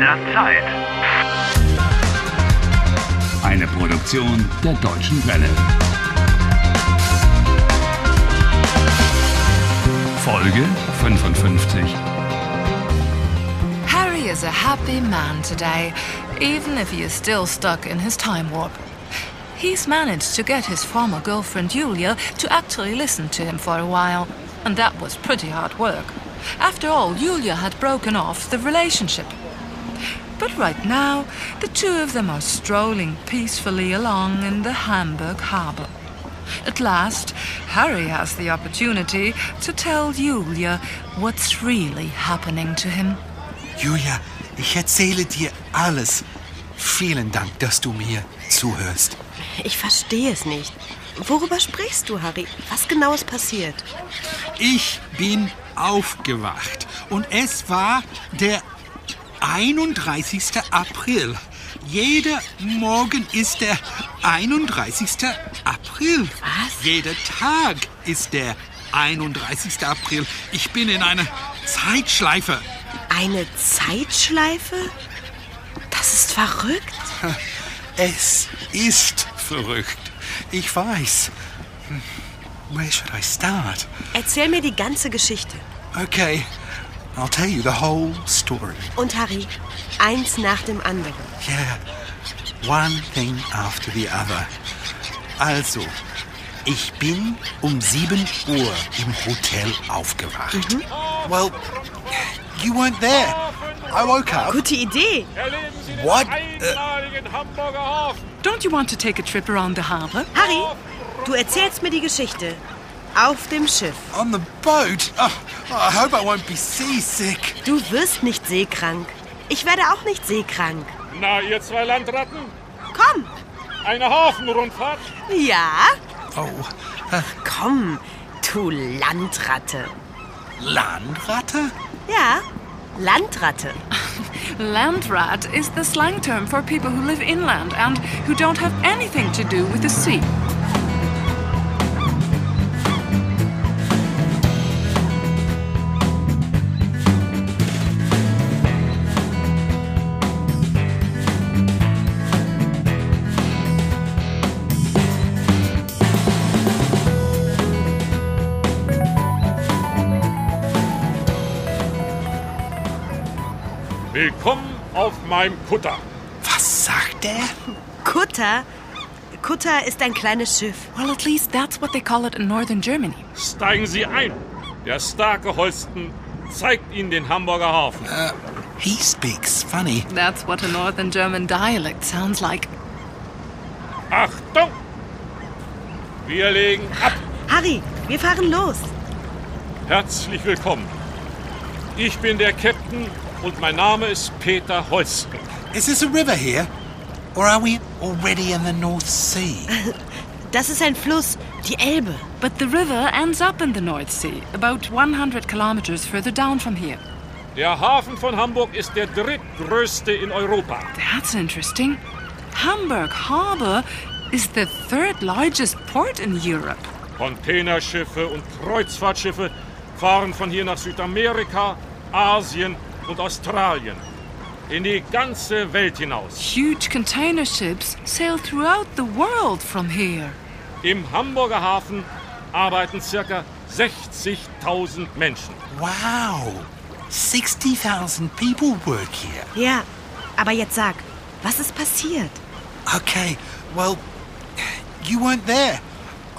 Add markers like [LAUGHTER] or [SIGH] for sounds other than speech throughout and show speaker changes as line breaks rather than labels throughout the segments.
der Zeit.
Eine Produktion der Deutschen Welle. Folge 55.
Harry is a happy man today, even if he is still stuck in his time warp. He's managed to get his former girlfriend Julia to actually listen to him for a while, and that was pretty hard work. After all, Julia had broken off the relationship. But right now, the two of them are strolling peacefully along in the Hamburg harbour. At last, Harry has the opportunity to tell Julia what's really happening to him.
Julia, ich erzähle dir alles. Vielen Dank, dass du mir zuhörst.
Ich verstehe es nicht. Worüber sprichst du, Harry? Was genau ist passiert?
Ich bin aufgewacht und es war der 31. April. Jeder Morgen ist der 31. April.
Was?
Jeder Tag ist der 31. April. Ich bin in einer Zeitschleife.
Eine Zeitschleife? Das ist verrückt.
Es ist verrückt. Ich weiß. Hm, Where should I start?
Erzähl mir die ganze Geschichte.
Okay, I'll tell you the whole story.
Und Harry, eins nach dem anderen.
Yeah, one thing after the other. Also, ich bin um 7 Uhr im Hotel aufgewacht. Well, you weren't there. I woke up.
Gute Idee.
Erleben Sie den
What? Uh,
einmaligen Hamburger Hafen.
Don't you want to take a trip around the harbour?
Harry, du erzählst mir die Geschichte. Auf dem Schiff.
On the boat? Oh, I hope I won't be seasick.
Du wirst nicht seekrank. Ich werde auch nicht seekrank.
Na, ihr zwei Landratten,
Komm.
eine Hafenrundfahrt.
Ja?
Oh,
Komm, du Landratte.
Landratte?
Ja, Landratte.
Landrat is the slang term for people who live inland and who don't have anything to do with the sea.
Willkommen auf meinem Kutter.
Was sagt er?
Kutter? Kutter ist ein kleines Schiff.
Well, at least that's what they call it in northern Germany.
Steigen Sie ein. Der starke Holsten zeigt Ihnen den Hamburger Hafen.
He speaks funny.
That's what a northern German dialect sounds like.
Achtung! Wir legen ab.
Harry, wir fahren los.
Herzlich willkommen. Ich bin der Captain und mein Name ist Peter Holsten.
Is this a river here? Or are we already in the North Sea?
Das ist ein Fluss, die Elbe.
But the river ends up in the North Sea, about 100 kilometers further down from here.
Der Hafen von Hamburg ist der drittgrößte in Europa.
That's interesting. Hamburg Harbour is the third largest port in Europe.
Containerschiffe und Kreuzfahrtschiffe fahren von hier nach Südamerika, Asien und Australien. In die ganze Welt hinaus.
Huge container ships sail throughout the world from here.
Im Hamburger Hafen arbeiten circa 60.000 Menschen.
Wow! 60,000 people work here.
Ja, aber jetzt sag, was ist passiert?
Okay, well, you weren't there.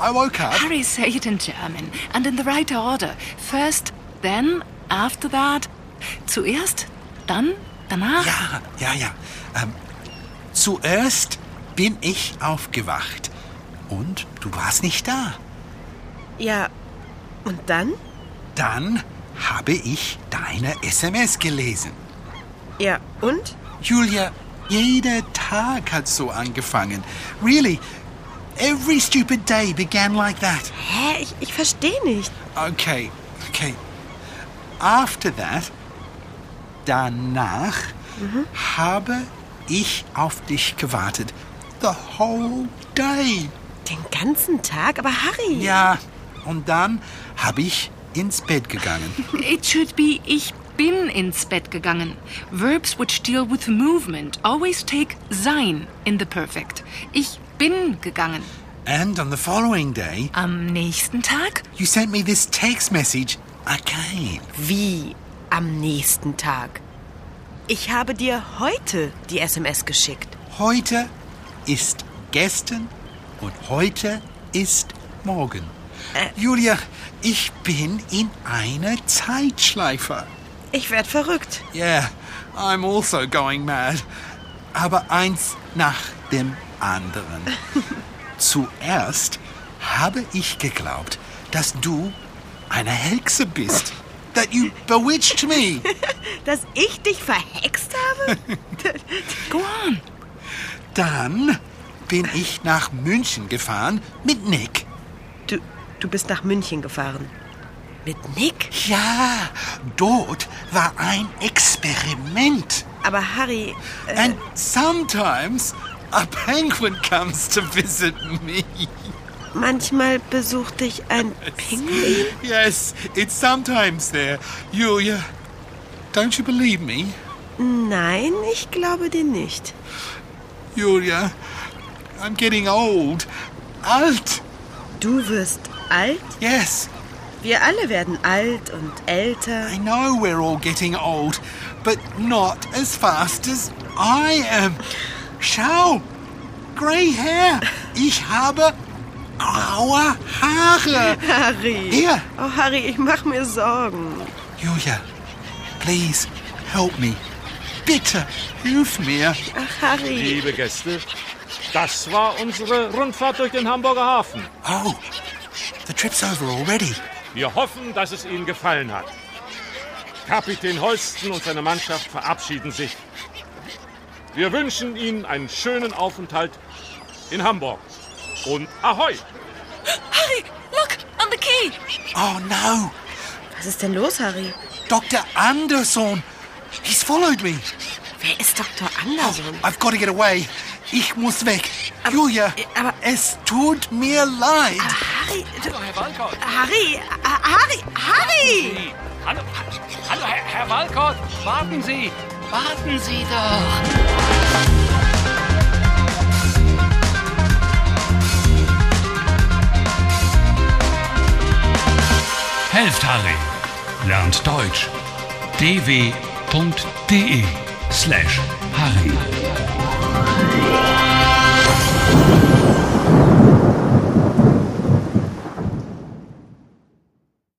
I woke up.
Harry, say it in German and in the right order. First, then, after that. Zuerst, dann, danach.
Ja, ja, ja. Ähm, zuerst bin ich aufgewacht. Und du warst nicht da.
Ja, und dann?
Dann habe ich deine SMS gelesen.
Ja, und?
Julia, jeder Tag hat so angefangen. Really, every stupid day began like that.
Hä, ich, ich verstehe nicht.
Okay, okay. After that, danach habe ich auf dich gewartet. The whole day.
Den ganzen Tag? Aber Harry.
Ja, und dann habe ich ins Bett gegangen.
It should be ich bin ins Bett gegangen. Verbs which deal with movement always take sein in the perfect. Ich bin gegangen.
And on the following day,
Am nächsten Tag?
you sent me this text message. I came.
Wie am nächsten Tag. Ich habe dir heute die SMS geschickt.
Heute ist gestern und heute ist morgen. Julia, ich bin in einer Zeitschleife.
Ich werd verrückt.
Yeah, I'm also going mad. Aber eins nach dem anderen. Zuerst habe ich geglaubt, dass du eine Hexe bist. That you bewitched me.
Dass ich dich verhext habe?
Go on.
Dann bin ich nach München gefahren mit Nick.
[LAUGHS] Du, du bist nach München gefahren. Mit Nick?
Ja, dort war ein Experiment.
Aber Harry, äh,
And sometimes a penguin comes to visit me.
manchmal besucht dich ein Pinguin?
Yes, it's sometimes there. Julia, don't you believe me?
Nein, ich glaube dir nicht.
Julia, I'm getting old. Alt.
Du wirst alt?
Yes,
Wir alle werden alt und älter.
I know we're all getting old, but not as fast as I am. Schau, grey hair. Ich habe graue Haare.
Harry.
Hier.
Oh, Harry, ich mach mir Sorgen.
Julia, please help me. Bitte, hilf mir.
Ach, Harry.
Liebe Gäste, das war unsere Rundfahrt durch den Hamburger Hafen.
Oh, the trip's over already.
Wir hoffen, dass es Ihnen gefallen hat. Kapitän Holsten und seine Mannschaft verabschieden sich. Wir wünschen Ihnen einen schönen Aufenthalt in Hamburg. Und Ahoi!
Harry, look, on the key.
Oh no,
Was ist denn los, Harry?
Dr. Anderson. He's followed me.
Wer ist Dr. Anderson?
I've got to get away. Ich muss weg. Julia,
aber-
es tut mir leid.
Harry, du, Harry, Ha- Harry, Harry!
Hallo, hallo Herr, Herr Walcott, warten Sie, warten Sie doch.
Helft Harry. Lernt Deutsch. dw.de slash Harry.